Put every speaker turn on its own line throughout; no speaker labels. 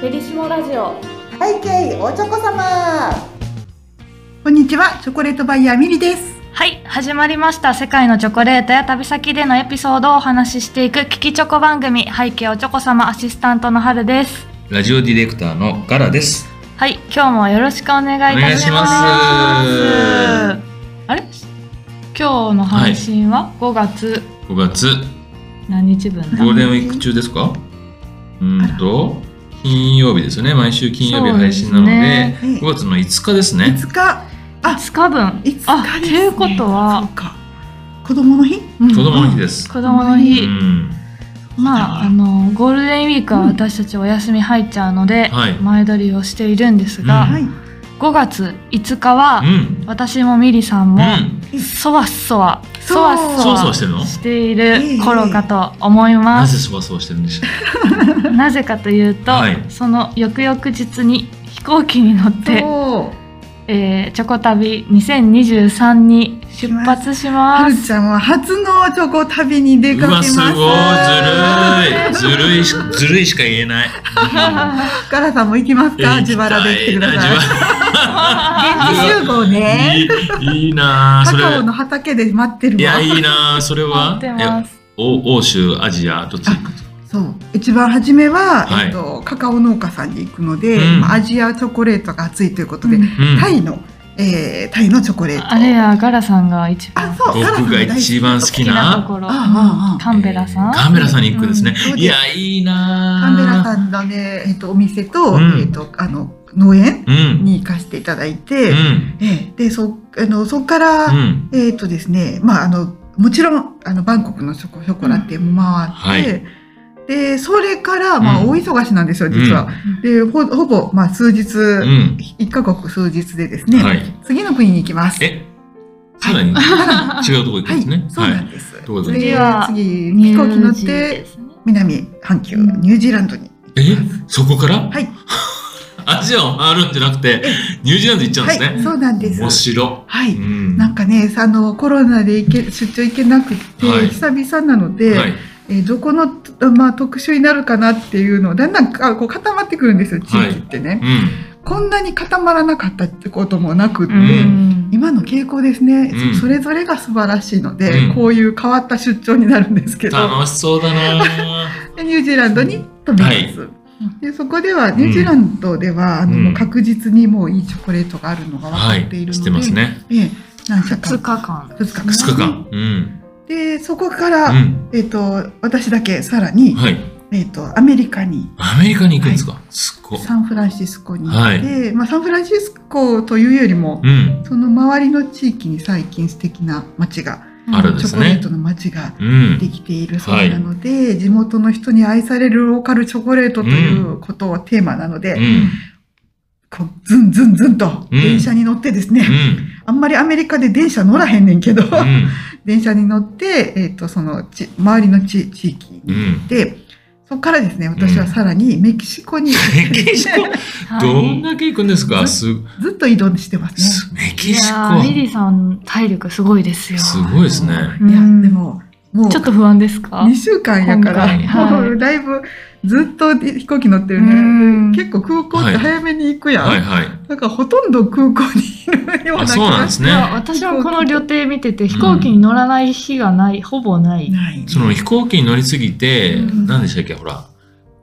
ペリシモラジオ
背景おちょこ様
こんにちは、チョコレートバイヤーミリです。
はい始まりました世界のチョコレートや旅先でのエピソードをお話ししていく聞きチョコ番組背景おチョコ様アシスタントの春です
ラジオディレクターのガラです。
はい今日もよろしくお願いいたします
お願いし
あれ今日の配信は5月
5月
何日分だ、
ゴールデンウィーク中ですか？うーんと金曜日ですね。毎週金曜日配信なので、
そうですね
5月の5日ですね。
5日、あ
5日分
5日です、ね。
あということ
そ
は
うか子供の日
うん
子
子
供の日です。
供の
う
日、
ん。
まああのゴールデンウィークは私たちお休み入っちゃうので、
はい
前撮りをしているんですが、
うん
はい。
5月5日は、
うん。
私もミリさん
う
も、
ん。
そわそわそわそ
そわそ
わ
わしてるの？
している頃かと思い
な
ま
ぜ
す、
そわそわしてるんでしょ
なぜかというと、
はい
その翌々日に飛行機に乗って、
そう
えー、チョコ旅2023に出発し
は
ま
る
す
ちゃんは初のチョコ旅に出
う。う
かけま
わ
す。
すごいずるいずるいしずるいしか言えない。
ガラさんも行きますか自腹で来てください。現地集合ね。
い。いいいいなあそ
カ
れ。
カオの畑で待ってるわ。
いやいいなあそれ
待
は
っ。てます
お欧州アジアどっち行く
そう一番初めは、
はい
えっと、カカオ農家さんに行くので、
うん
まあ、アジアチョコレートが熱いということで、
うん
うん
タイの、えー、タイのチョコレート
あれやガラさんが一
あ
番
そうガラスの
僕が
大好き
一番好
好
き
きな
な
ところ
ああああ
カンベラさん、
えーカンベラさんに行くんですね
う。ん
いや、いいな
カンベラ
ん。
さんのね、えっと、お店と、
うん
えっと、あの農園
うん。
に行かせていただいて、
うん。
ええでそあのそこから、
うん。
えっとですねまああのもちろんあのバンコクのショコショコラテも回って、
う
でそれから、まあ、
うん
大忙しなんですよ実は。でほほぼ、まあ、数日、
うん。
一カ国数日でですね、
はい。
次の国に行きます。
え、さらに違うとこ行く
はい
んですね、。
そう
は
なん
い。
です。
どうぞ
次
は
は次飛行機乗っ
ニュージー
て
ですね
南半球
うん
ニュージーランドに
え、そこから
はい
アジアを回るんじゃなくて、ニュージーランド行っちゃうんです
はい、
ね。
そうなんです。
面白。
は
う
い。
ん
なんかね、あのコロナで行け出張行けなくて、
はい
久々なので、
はい。
えーどこのまあ特集になるかなっていうのをだんだんあこう固まってくるんですよ。地域ってね、
うん。
こんなに固まらなかったってこともなくって。
うん
今の傾向ですね、
うん
そそれぞれが素晴らしいので、
うん
こういう変わった出張になるんですけど、
楽しそうだな ぁ
でニュージーランドに飛びます。でそこではニュージーランドでは、あ
う
の
ん
もう確実にもういいチョコレートがあるのが
は
分かってい
い。
る
知
の
っ
で、
てますね。
ええ何社か
2日間
2日間
2日間。うん。
でそこから、
うん。
えっと私だけさらに、
はい。
えっとアメリカに
アメリカに行くんですかすっごい。
サンフランシスコに行って、
は
まあ、サンフランシスコというよりも、
うん。
その周りの地域に最近素敵な街が、
あるんで
チョ
す
コレ
ね
ー。トの街が
うん
で。きているそうなので、地元の人に愛されるローカルチョコレートということをテーマなので、
うん。
こうズンズンズンと
うん
電車に乗ってですね、
うん。
あんまりアメリカで電車乗らへんねんけど、
うん。
電車に乗って、えっとそのち周りのち地域に 行って、そこからですね私はさらにメキシコに、
メキシコどんだけ行くんですかす、
ずっと移動してますね。
すメ
い
キシ
やーミ
コ。
リさん体力すごいですよ
すごいですね。
いや
うん
でももう
ちょっと不安ですか
2週間やから、
回
今
はい
もうだいぶずっと飛行機乗ってる
う
ね
ん
結構空港って早めに行くやん、
はいはい。
なんかほとんど空港にいるような
あ、
気
そうなん
が
で
し
す
いや
ね。
私もこの旅程見てて飛行機に乗らない日がない、ほぼない。
ない、
その飛行機に乗りすぎて、
うん
何でしたっけほら。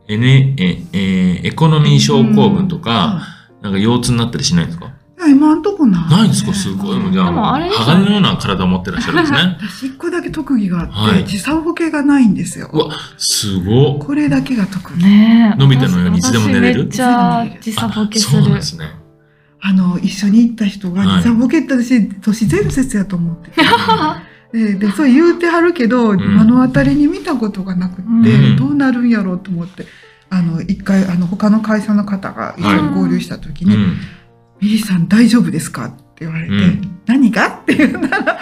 えね、え、えー、エコノミー症候群とか、なんか腰痛になったりしないんですか
いや今んとこない。。
ないんですかすごい。もうじゃ
でもあ
あ、
れ
鋼のような体を持ってらっしゃるんですね
私一個だけ特技があって、
はい
時差ボケがないんですよ。
うわすご っ。
これだけが特技。
ねえ。
のび太のようにいつでも寝れる
私めっちゃ時差ボケす
そう
る
なん。ですね。
あの、一緒に行った人が
はい
時差ボケって私、都市伝説やと思ってて。
うん
で、でそう言うてはるけど、
ん
目の当たりに見たことがなくって、
うん
どうなるんやろうと思って、あの、一回、あの、他の会社の方が一緒に合流した時に、
うん
ミリさん大丈夫ですかって言われて、
うん
何がって言うなら、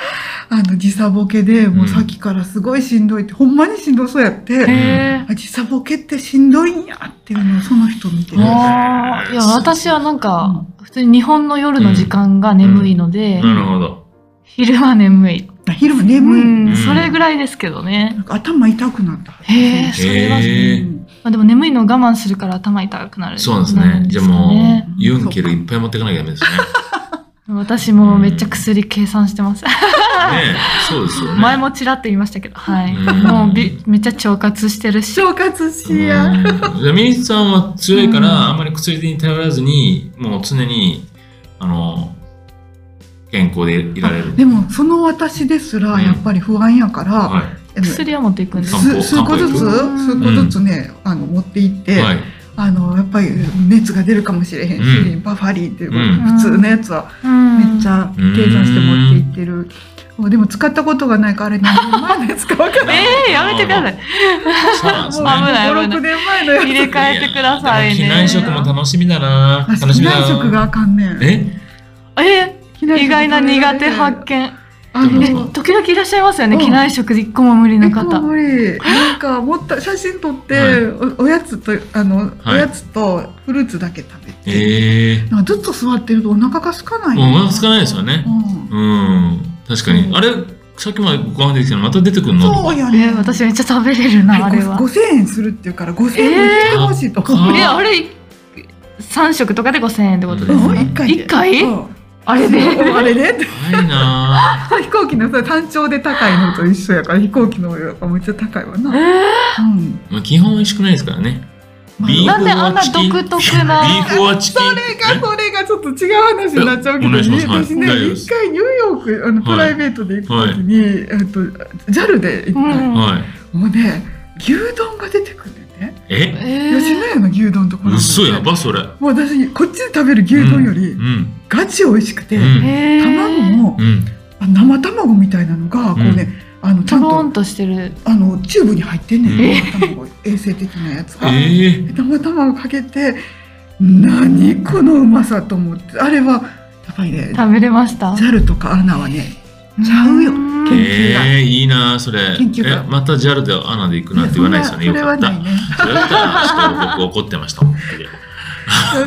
あの、時差ボケで、もうさっきからすごいしんどいって、ほんまにしんどそうやって、
ん
へえ。
あ時差ボケってしんどいんやっていうのをその人見て
うん
ね
あーいや、私はなんか、普通に日本の夜の時間が眠いので、
なるほど。
昼は眠い。
った昼も
う
眠い、
ん
うん
それぐらいですけどね
なんか頭痛くなったはず
へえそれは、
へえ
うん
まあ、でも眠いのを我慢するから頭痛くなる
そうなんですね。
るん
じゃ
か
あも
ね
う、ユンケルいっぱい持っていかなきゃダメですね。ね
私もめっちゃ薬計算して ます、
えそうですよね。
前もちらっと言いましたけどはい、
うん
もうびめっちゃ腸活してるし
消活
うん。
し
じ
や、
ゃあ、ミリスさんは強いか
うん
ら、あんまり薬に頼らずに、もう常に、あの、健康でいられる。
でもその私ですらやっぱり不安やから、
は
でも
薬は持っていくんです
漢方
す数個ずつ
漢方薬
数個ずつね、あの持っていっ
い。
て、
はい。
あのやっぱり熱が出るかもしれへんし、
うん
バファリンっていう、
うん
普通のやつはめっち
ゃ
ゃ計算して持っていってる、でも使ったことがないからあれ何年前ですか分 からない
えー、やめてください
そうなんですね。
危ない
もう5 6年前のやつ
入れ替えてくださいね
でも機内食も楽しみだな。
あ
楽し
機
みだ
内
な。
食があかんねん
え
え
機内食
意外な苦手発見
あ
どう
え
ぞ
の
時々いらっしゃいますよね、
うん
機内食で一個も無理な
えっと
方
無理なんかもった写真撮って、
はい
おおやつとあの、
はい
おやつとフルーツだけ食べて、
ええ
なんかずっと座ってるとお腹が空かない、
もうお腹空かないですよね。
うん
うん。確かに。あれ、さっきまでご飯できたのまた出てくるの
そうや
え
ね
ー、私めっちゃ食べれるなあれは
5000円するっていうから5000円めっちゃ欲しいと思
え
う、
ー
えあれ3食とかで5000円ってこと
う
で
ん
す、
うん
一回で
一回
うん
あれで
うんあれね
ないな
飛行機のさ単調で高いのと一緒やから飛行機のやっぱめっちゃ高いわな、うん
ぁ。まあ、基本美味しくないですからね。
まあ
ビーフ
なんであん
は
な
チキン。
独特
ビー
な
フはチキン。
それがそれがちょっと違う話になっちゃうけど、
えお願いしますはい
私ね
大丈夫です
一回ニューヨークあの、
はい
プライベートで行く時に、えっと JAL で行った、
うん
はい。
もうね牛丼が出てくるんだよね、
え
えー
吉野家の牛丼ところ
嘘やば、それ。う
もう私こっちで食べる牛丼より、
ん。
ガチ美味しくて、
うん
えー
卵も
うん。
あ生卵みたいなのがこうね、あのち
ト
ゃん
ロー
と
ンとしてる
あのチューブに入ってんねん、
え
生卵衛生的なやつが。
ええ
生卵かけて何このうまさと思ってあれはやっぱりね
食べれました
ジャルとかアナはねちゃうよ
ん
研究が、
ええいいなぁそれ。
研究
え
会、
また JAL でアナで行くなんて言わないですよね。
そ
よ
ん
か
それ
っ
はな。
た
いね
それだったら、ちょっと僕怒ってましたもん。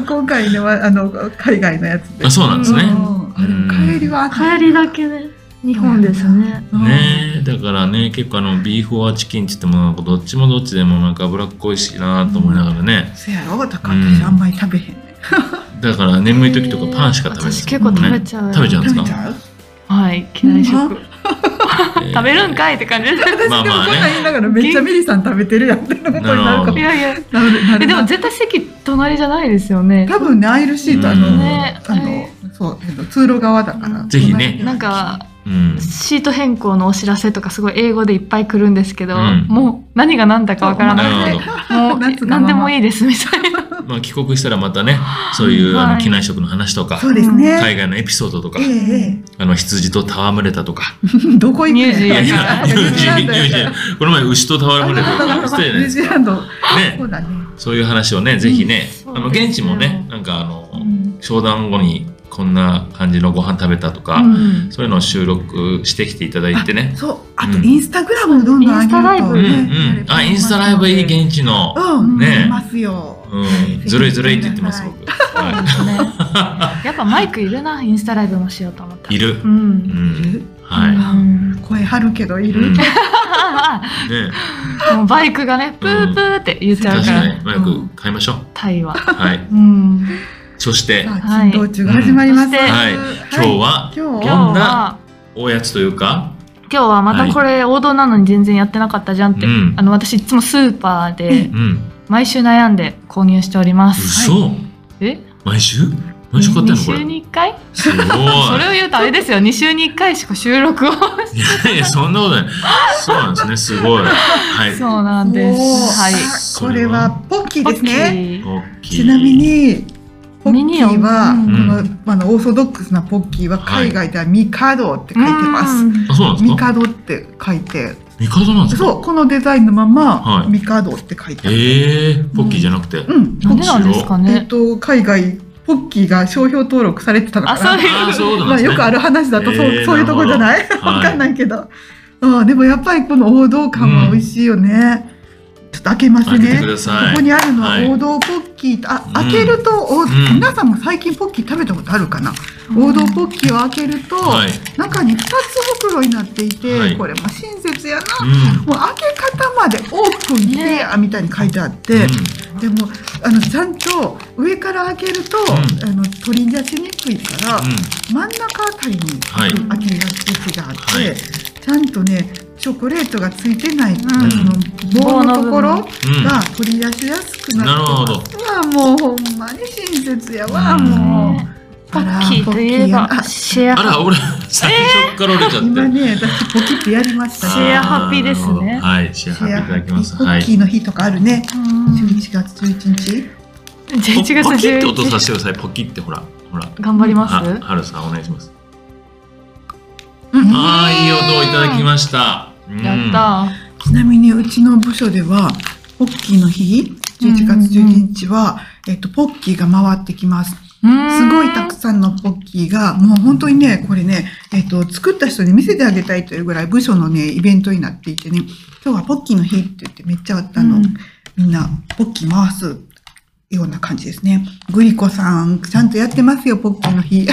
今回のはあの海外のやつで
あ、そうなんですね。
うんあでも帰りは
帰りだけで日本ですね
うん
ねえだからね結構あのビーフオアチキンって言ってもなんかどっちもどっちでもなんか脂っこいしなと思いながらね、
せやろだから私あんまり食べへんね、、
だから眠い時とかパンしか食べない
私結構食べちゃう、
食べちゃうんん
食
で
べ
す
ち
か
ゃう
はい機内食、
うん
食べるんかいって感じです
私で
まあ
も
まあ
こ
ね
んなん言いながらめっちゃミリさん食べてるやんってなことになるかも
い
な
やいや
なるな
え
る
でも
な
絶対席隣じゃないですよね
多分ねアイルシートあの、
うん
ね
あのそうえっと通路側だから、
うん
ぜひね
なんか
うん
シート変更のお知らせとかすごい英語でいっぱい来るんですけど、
うん
もう何が何だかわからない
なるほ
もう
夏がまま
何でもいいですみたいな
ど、まあ、帰国したらまたねそういうあ
は
の
い
機内食の話とか
そうですね、
海外のエピソードとか
ええ
あの羊と戯れたとか
ええ、どこ行く
ニュージー
いや
ラン
ニ
ド
ュ
あ
ージーニュージーこの前牛と戯れたとかして
ニュージーランド。
ね
そうだね。
そういう話をねぜひね、
うん
あの
そうですよ
現地もねなんかあの、
うん
商談後にこんな感じのご飯食べたとか、
うん
そういうのを収録してきていただいてね。
そう。あと
うん
インスタグラムをどんどん上げるとね。
うんうん。あ、インスタライブいい現地の。
うん。
ね
見ますよ。
うん。ずるいずるいって言ってます、僕。は
そうですねやっぱマイクいるなインスタライブもしようと思った
い。いる
う。、
うんん。はい。ね
うん、
声張るけどいる。
うん
ああもうバイクがねプープーって言っちゃう
確
か、
からに。マイク買いましょう。
タイは
はい。
うん
そして、
さ
今
あ、金道中が始まります。
うん
はい日は、
今
今
日
日
は
どん
は
なおやつというか、
今日はまたこれ王道なのに全然やってなかったじゃんって、
うん
あの私いつもスーパーで
うん。
毎週悩んで購入しております。
嘘
え
毎週毎週買ってんの
二
こ
週
れ。
に1回
すごい。
それを言うとあれですよ2週に1回しか収録を
いやいや、そんなことない。そうなんですね。すごい。はい。
そうなんですはい
おーあこれはポッキーです
オ
ね。
ッケー
大きい
ちなみ、に。ポッキーは、
ミ
こ
ニオン
の、あの、オーソドックスなポッキーは海外ではミカドって書いてます。
あ、そうなんです
ミカ
か
ドって書いて、
ミカドなんですか
そう、このデザインのまま
は、い
ミカドって書いてある。
ええー、ポッキーじゃなくて。
うん、
なんでなんですか
えっ
ね
と、海外、ポッキーが商標登録されてたのか
あ
な。
そういう
ああ、そういうこと
まあ、
なんですね。
よくある話だと、そう
えー
そういうとこじゃない
るほど
わかんないけど。ああでもやっぱりこの王道感は美味しいよね。ちょっと開けます
開けて
ね
く。だ
こ
さい。
こにあるのは
はい
王道ポッキーと、あ
うん
開けると、お
ん
皆さんも最近ポッキー食べたことあるかな、
うん
王道ポッキーを開けると、
はい。
中に2つ袋になっていて、
はい
これも親切やな、
うん。
もう開け方までオープンクリアみたいに書いてあって、でもあのちゃんと上から開けると、
ん
あの取り出しにくいから、
うん。
真ん中あたりに
はい
開けるやつがあって、
はい
ちゃんとねチョコレートがついてない、
ん
その棒のところが
うん。
取り出しやすく
なる
なって
ほど。
うわもうほんまに親切やわ、
うん
もう
ね。ポッキーといえば
あらポッキーや
シェ
な
ア
あら、俺、最初から折れちゃって
今
る。
ね私ポキってやりました
シェアハッピーですね
あなるほどはい、シェアハッピーいただきます。
ポ
は
ッ
い。
キーの日とかあるね、
うん
11月11日
ポ
11月
ポキって音
11
さ
日
せてください。ポキってほら、ほら。
頑張ります
あ、はるさんお願いします。
うん
ああ、いい音をいただきました。うん
やった
ちなみにうちの部署では、ポッキーの日、11月12日は、えっと、ポッキーが回ってきます。
ー
すごいたくさんのポッキーが、もう本当にね、これね、えっと、作った人に見せてあげたいというぐらい部署のね、イベントになっていてね、今日はポッキーの日って言ってめっちゃあったの。
うん
みんな、ポッキー回す。ような感じですね。グリコさん、ちゃんとやってますよ、ポッキーの 日。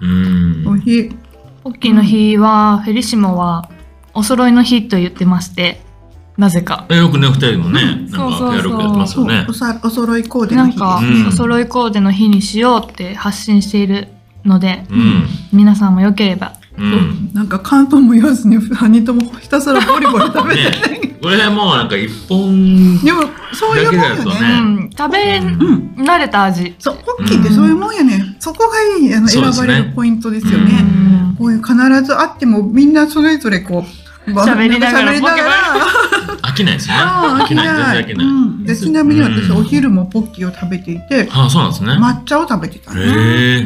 うん。
お日。
ポッキーの日はフェリシモはお揃いの日と言ってましてなぜか
えよくね、二人もね、なん
そうそうそう
かペアロックやってます
そ
よ
う
ね
お。さお揃いコーデ
な
の
ん
日です
か
ね。
うん
お揃いコーデの日にしようって発信しているので
うん。
皆さんもよければ
う ん。
なんか関東も言わずに3人ともひたすらボリボリ食べて、
ね、これもうなんか一本、
でもそういうもんよ
だけ
ね
だと
う
ね
ん食べ
うん
慣れた味
そうポッキーってそういうもんやね、そこがいいあの
そう
選
です
ば
ね
れるポイントですよね
う
うん
こういう必ずあってもみんなそれぞれこう
喋りながら
喋りながら
飽きないですね。
あー
飽きない、全然飽きない。
うんでちなみに私
うん
お昼もポッキーを食べていて
ああ、そうなんですね。
抹茶を食べてたの
へえ。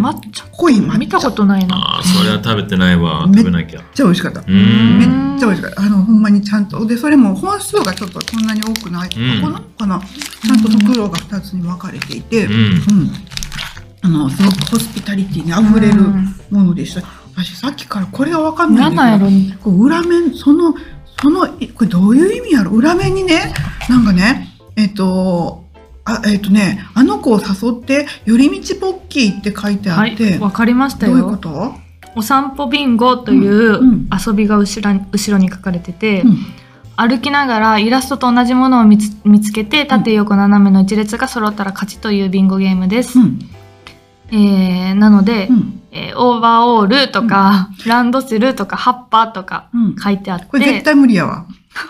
抹茶
濃い抹茶
見たことないな
ああ、それは食べてないわ。
め
食べなきゃ。
めっちゃ美味しかった
う
めっ
ん。
ちゃ美味しかった。あの、ほんまにちゃんと。で、それも本数がちょっとそんなに多くない。
うん
このかなちゃんと袋が2つに分かれていて、
う
うん。
ん。
あの、すごくホスピタリティに溢れる
うん
ものでした。私、さっきからこれが分かんな
な
い
んん
だ
なんや
けど
ろ
こう裏面、その、その、いこれどういう意味やろ裏面にね、なんかね、えっ、と、あえっ、とね、あの子を誘って、寄り道ポッキーって書いてあ
は
って、
いわかりました
どういうこ
よ
と、
お散歩ビンゴとい
うんう
うん遊びが後ろ後ろに書かれてて
うん
歩きながらイラストと同じものを見つ見つけて縦横斜めの一列が揃ったら勝ちというビンゴゲームです、
うん。
えーなので、
うん。
えーオーバーオールとか、ランドセルとか葉っぱとか
うん。
書いてあって
これ絶対無理やわ。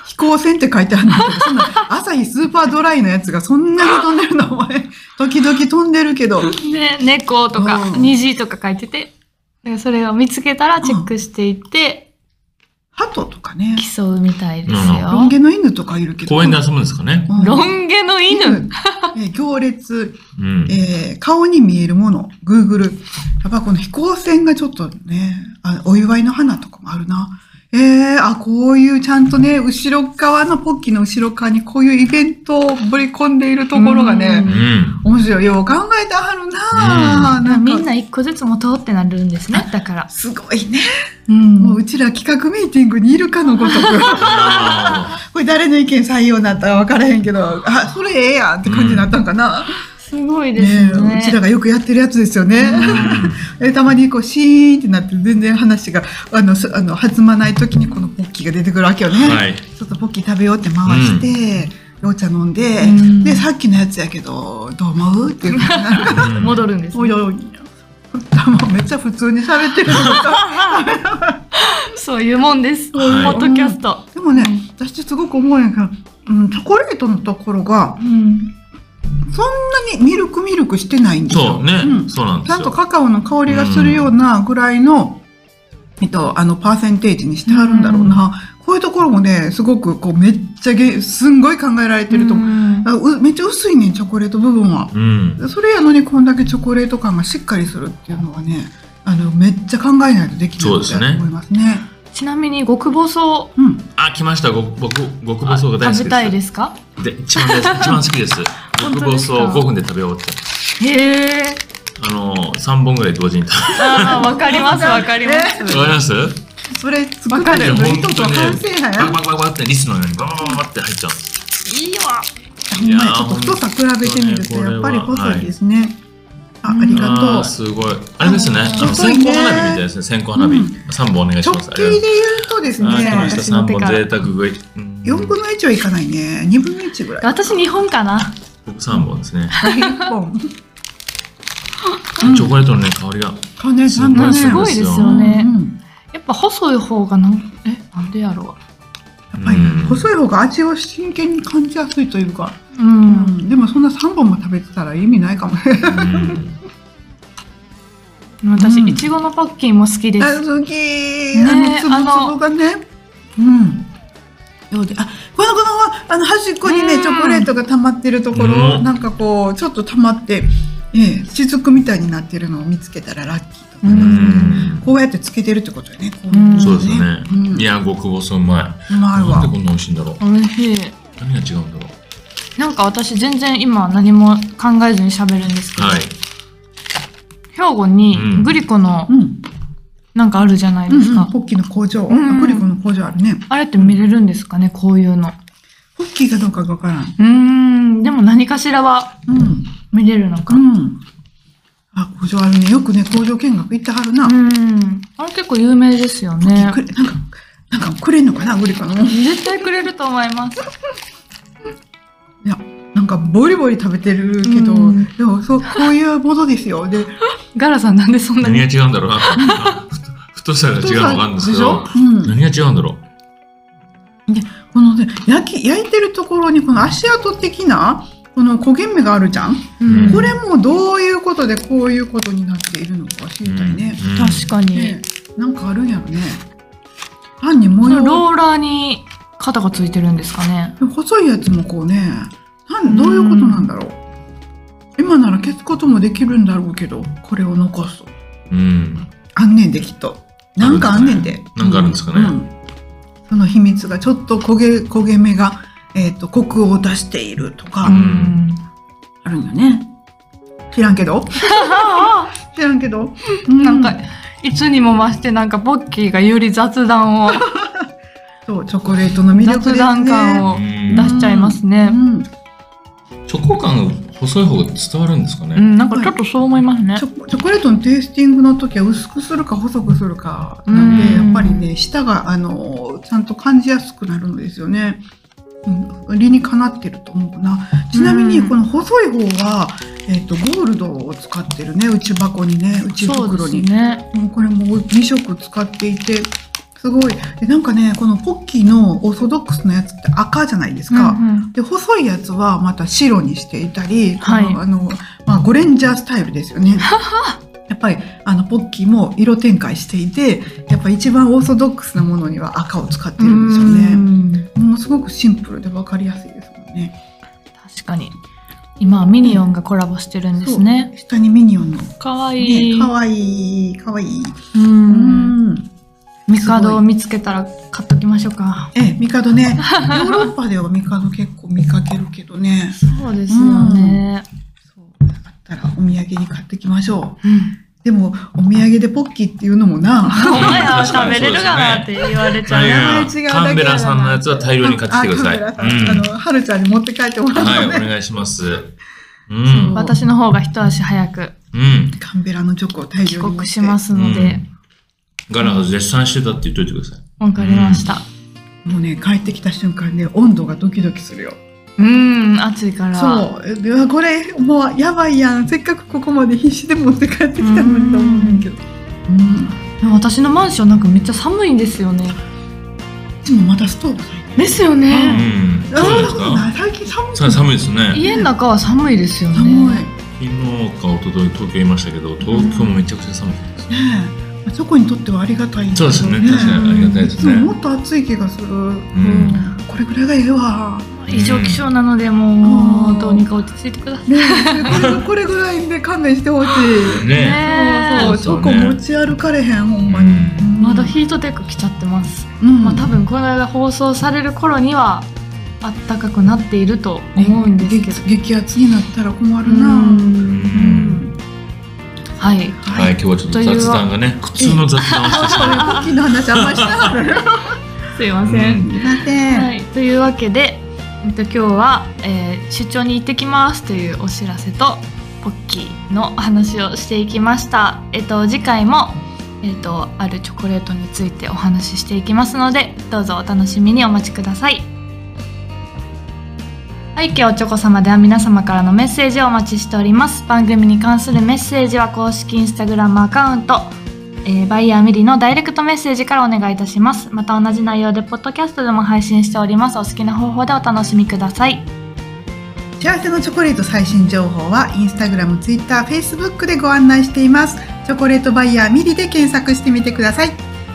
飛行船って書いてあるんだけど、そんな、朝日スーパードライのやつがそんなに飛んでるの、お前。時々飛んでるけど。
ね猫とか、
うん
虹とか書いててでそれを見つけたらチェックしていって
鳩とかね。
競うみたいです
ロ
よ
ン。毛の犬とかいるけど。
公園で遊ぶんですかね。
うん
ロン毛の犬、
えー行列、
うん。
えー顔に見えるもの、Google。やっぱこの飛行船がちょっとね、あお祝いの花とかもあるな。えー、あ、こういうちゃんとね、後ろ側のポッキーの後ろ側にこういうイベントをぶり込んでいるところがね、
うん
うん。
面白いよう考えてはるな,、ぁなんか
みんな一個ずつも通ってなるんですねだから、
すごいね、
うん
もううちら企画ミーティングにいるかのごとく
あ
これ誰の意見採用になったか分からへんけどあそれええやんって感じになったんかな、
すごい
ね
ですね
えうちらがよくやってるやつですよ
ーう
ね、
ん
えたまにこうシーンってなって全然話があのすあの弾まない時にこのポッキーが出てくるわけよね、
はい。
ちょっとポッキー食べようって回して、お茶飲んで、
うん
でさっきのやつやけどどう思うっていうことになる
うん
戻るんです、
おいおいおい もうめっちゃ普通に喋ってるの と
そういうもんです。ポ
はい
ッドキャスト。
でもね私すごく思うんやけど、うん、チョコレートのところが
うん。
そんなにミルクミルクしてないんですよ
そうね、
うん
そうなん
ち
ですよ。
ゃんとカカオの香りがするようなぐらいの、えっと、あのパーセンテージにしてあるんだろうな、こういうところもねすごくこうめっちゃげすんごい考えられてると思う
うん
あうめっちゃ薄いねチョコレート部分は
うん。
それやのにこんだけチョコレート感がしっかりするっていうのはねあのめっちゃ考えないとできない
そ
こ
うで
と
す
だ
ね
と思いますね。
ちなみに極細
うん
あ、来ました。ご僕極
あ
細が大好きです。
食べたいですか？
で一番です一番好きです。極
本当ですか
細を5分で食べようって。
へえ。
あの3本ぐらい同時に食
ああわかりますわかります。
べ。わかります？
それ作ってる
本
人と
当にね
反省。派
バク
や
バクバクバクってリスのようにバババババって入っちゃう。
いいよ
ほんま
い
や
やー
ちょっと太さ比べてみると、
本当ね
やっぱり
これは
細いですね。あ、ありが
あー
と
すごい。あれですね。あの
細
線
いね
香花火みたいですね。線香花火
うん。
三本お願いし
う。
ま
直
す。
径で言うとですね、
あー来ました。
私の
三
手
本
から
贅沢食い。うん
4分の1はいかないね。2分の1ぐらい。
私日本かな
僕三本ですね。
はい、1本。
チョコレートのね香りが。
かね、
す
ちゃ
ごい
んとね。
すごいですよね
うん
やっぱ細い方がなんえなんでやろ
やっぱり
うん
細い方が味を真剣に感じやすいというか、
ううん
うんでもそんな3本も食べてたら意味ないかもね。
うん
私
うん
いちごのパッキンも好きで
あ
す
好き
ね
あの粒々がね。うん。どうで、あ、このこのあの端っこに
う
ね
ん
チョコレートが溜まってるところ、
うん
なんかこうちょっと溜まって、ええ、雫みたいになってるのを見つけたらラッキーとか、
う
うんん。
こうやってつけてるってことよね。こ
うん
そうですね
うん。
いや極細うまい。
うまい
なん
わ
で。こんな美味しいんだろう。
美味しい
何が違うんだろ
なんか私全然今何も考えずに喋るんですけ
う。
ど、
はい。
兵庫に
うん
グリコの
うん、うん、
なんかあるじゃないです
う
か、
ん、ポッキーの工場、
ん
アプリコの工場あるね。
あれって見れるんですかねこういうの
ポッキーがどうかがわからん。
うーんでも何かしらは
うん、
見れるのか
うん。あ、工場あるね。よくね、工場見学行ってはるな。
うんあれ結構有名ですよね
くれなんか、なんかくれんのかな、グリコの。
絶対くれると思います
なんかボリボリ食べてるけど、
うん
でもそう、こういうものですよ。で、
ガラさんなんでそんな
何
に
が違うんだろうな。太さが違うのがあるんですけど
で。しょうん
何が違うんだろう。
このね、焼き、焼いてるところにこの足跡的な、この焦げ目があるじゃん。
うん
これもどういうことでこういうことになっているのか知りたいね。
うん
確かに、
ねなんかあるんやろね。単に模
その
様。
ローラーに肩がついてるんですかね
細いやつもこうね、なんどういうことなんだろう。今なら消すこともできるんだろうけど、これを残すと。
うん。
あんねんできっと。なんかあんねんで。
なんかあるんですかね
うんその秘密がちょっと焦げ焦げ目が、えっとコクを出しているとか
う
うんん
あるんだね。知らん けど。知らんけど。うん
なんかいつにも増してなんかポッキーがより雑談を
そうチョコレートの魅力ですね。
雑談感を出しちゃいます
う
ね。
ん。
チョコ感が細い方が伝わるんですか
う
ね。
ん、なんかちょっとそう思いますね
チ。ョコチョコレートのテイスティングの時は薄くするか細くするかなんで
うん
やっぱりね舌があのちゃんと感じやすくなるんですよね。うん、理にかなってると思うなちなみに
うん
この細い方は、えー、とゴールドを使ってるね内箱にね内
そうで
袋
す
に、
ね。
うんこれも2色使っていてすごいでなんかねこのポッキーのオーソドックスのやつって赤じゃないですか、
うん
で細いやつはまた白にしていたり、この
はい
あのまあ、ゴレンジャースタイルですよ ね。やっぱりあのポッキーも色展開していてやっぱ一番オーソドックスなものには赤を使ってるんですよ
う
ね。
ん
ものすごくシンプルで分かりやすいですもんね。
確かに。今はミニオンがコラボしてるんですね。
下にミニオンの、ね、
可愛いい。
かわいいかわいい。
うん。
うん
ミカドを見つけたら買っときましょうか。
ええミカドねヨーロッパではミカド結構見かけるけどね
そうですよね。
そうあったらお土産に買ってきましょう。
うん。
でもお土産でポッキーっていうのもな
お前らは食べれるかなって言われちゃう。
名前違うだけだな
カンベラさんのやつは大量に買ってきてください。
あカメラさんあのはるちゃんに持って帰ってもらうん
う
の
はい、お
ね、
願いします。うん。
そう
私の方が一足早く
うん。
カンベラのチョコを大
帰
量に持って
国しますの
う
で
ん、ガラハズ絶賛してたって言っといてください。
わかりました。
もうね帰ってきた瞬間ね温度がドキドキするよ
うん、暑いから。
そうえうわこれもうやばいやんせっかくここまで必死で持って帰ってきたのにと思うんだけどうん
でも私のマンションなんかめっちゃ寒いんですよね。
いつもまたストーブさえ
ですよ
う
ね。
ん。
あ
そう
そん
です
なこと
か
ない最近寒い
さ寒いですね。
家の中は寒いですよね。
寒いね
昨日か一昨日東京いましたけど、東京もめちゃくちゃ寒いです。
えまあチョコにとってはありがたいんだけ
そう
ど
ですね。確かにありがたいで
い
す
つもも
ね。
っと暑い気がする、
ん
これぐらいがええわ
異常気象なのでも
うん
うどうにか落ち着いてください。
ねえ これこれぐらいで勘弁してほしい
ね
ね
そ
え
うそうチョコ持ち歩かれへんほんまに、
う
まだヒートテック来ちゃってます。
うん
まあ多分この間放送される頃にはあったかくなっていると思うんですけど。
激激アツになったら困
う
るな、
うんん。
はい。
はい、今日はちょっと雑談がね、普通の雑談をして
あ
しま
そうねポッキーの話あんまりしなかったね
すいま
う
せん。
すいません、
はい。というわけで、えっと、今日は、えー出張に行ってきますというお知らせとポッキーの話をしていきました、えっと、次回も、えっと、あるチョコレートについてお話ししていきますのでどうぞお楽しみにお待ちください背景おちょこ様では皆様からのメッセージをお待ちしております番組に関するメッセージは公式インスタグラムアカウントえーバイヤーミリのダイレクトメッセージからお願いいたします。また同じ内容でポッドキャストでも配信しております。お好きな方法でお楽しみください。
幸せのチョコレート最新情報はインスタグラム、ツイッター、フェイスブックでご案内しています。チョコレートバイヤーミリで検索してみてください。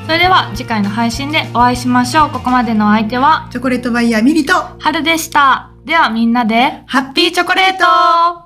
それでは次回の配信でお会いしましょう。ここまでのお相手は
チョコレートバイヤーミリと
春でした。ではみんなで
ハッピー
ピーチョコレート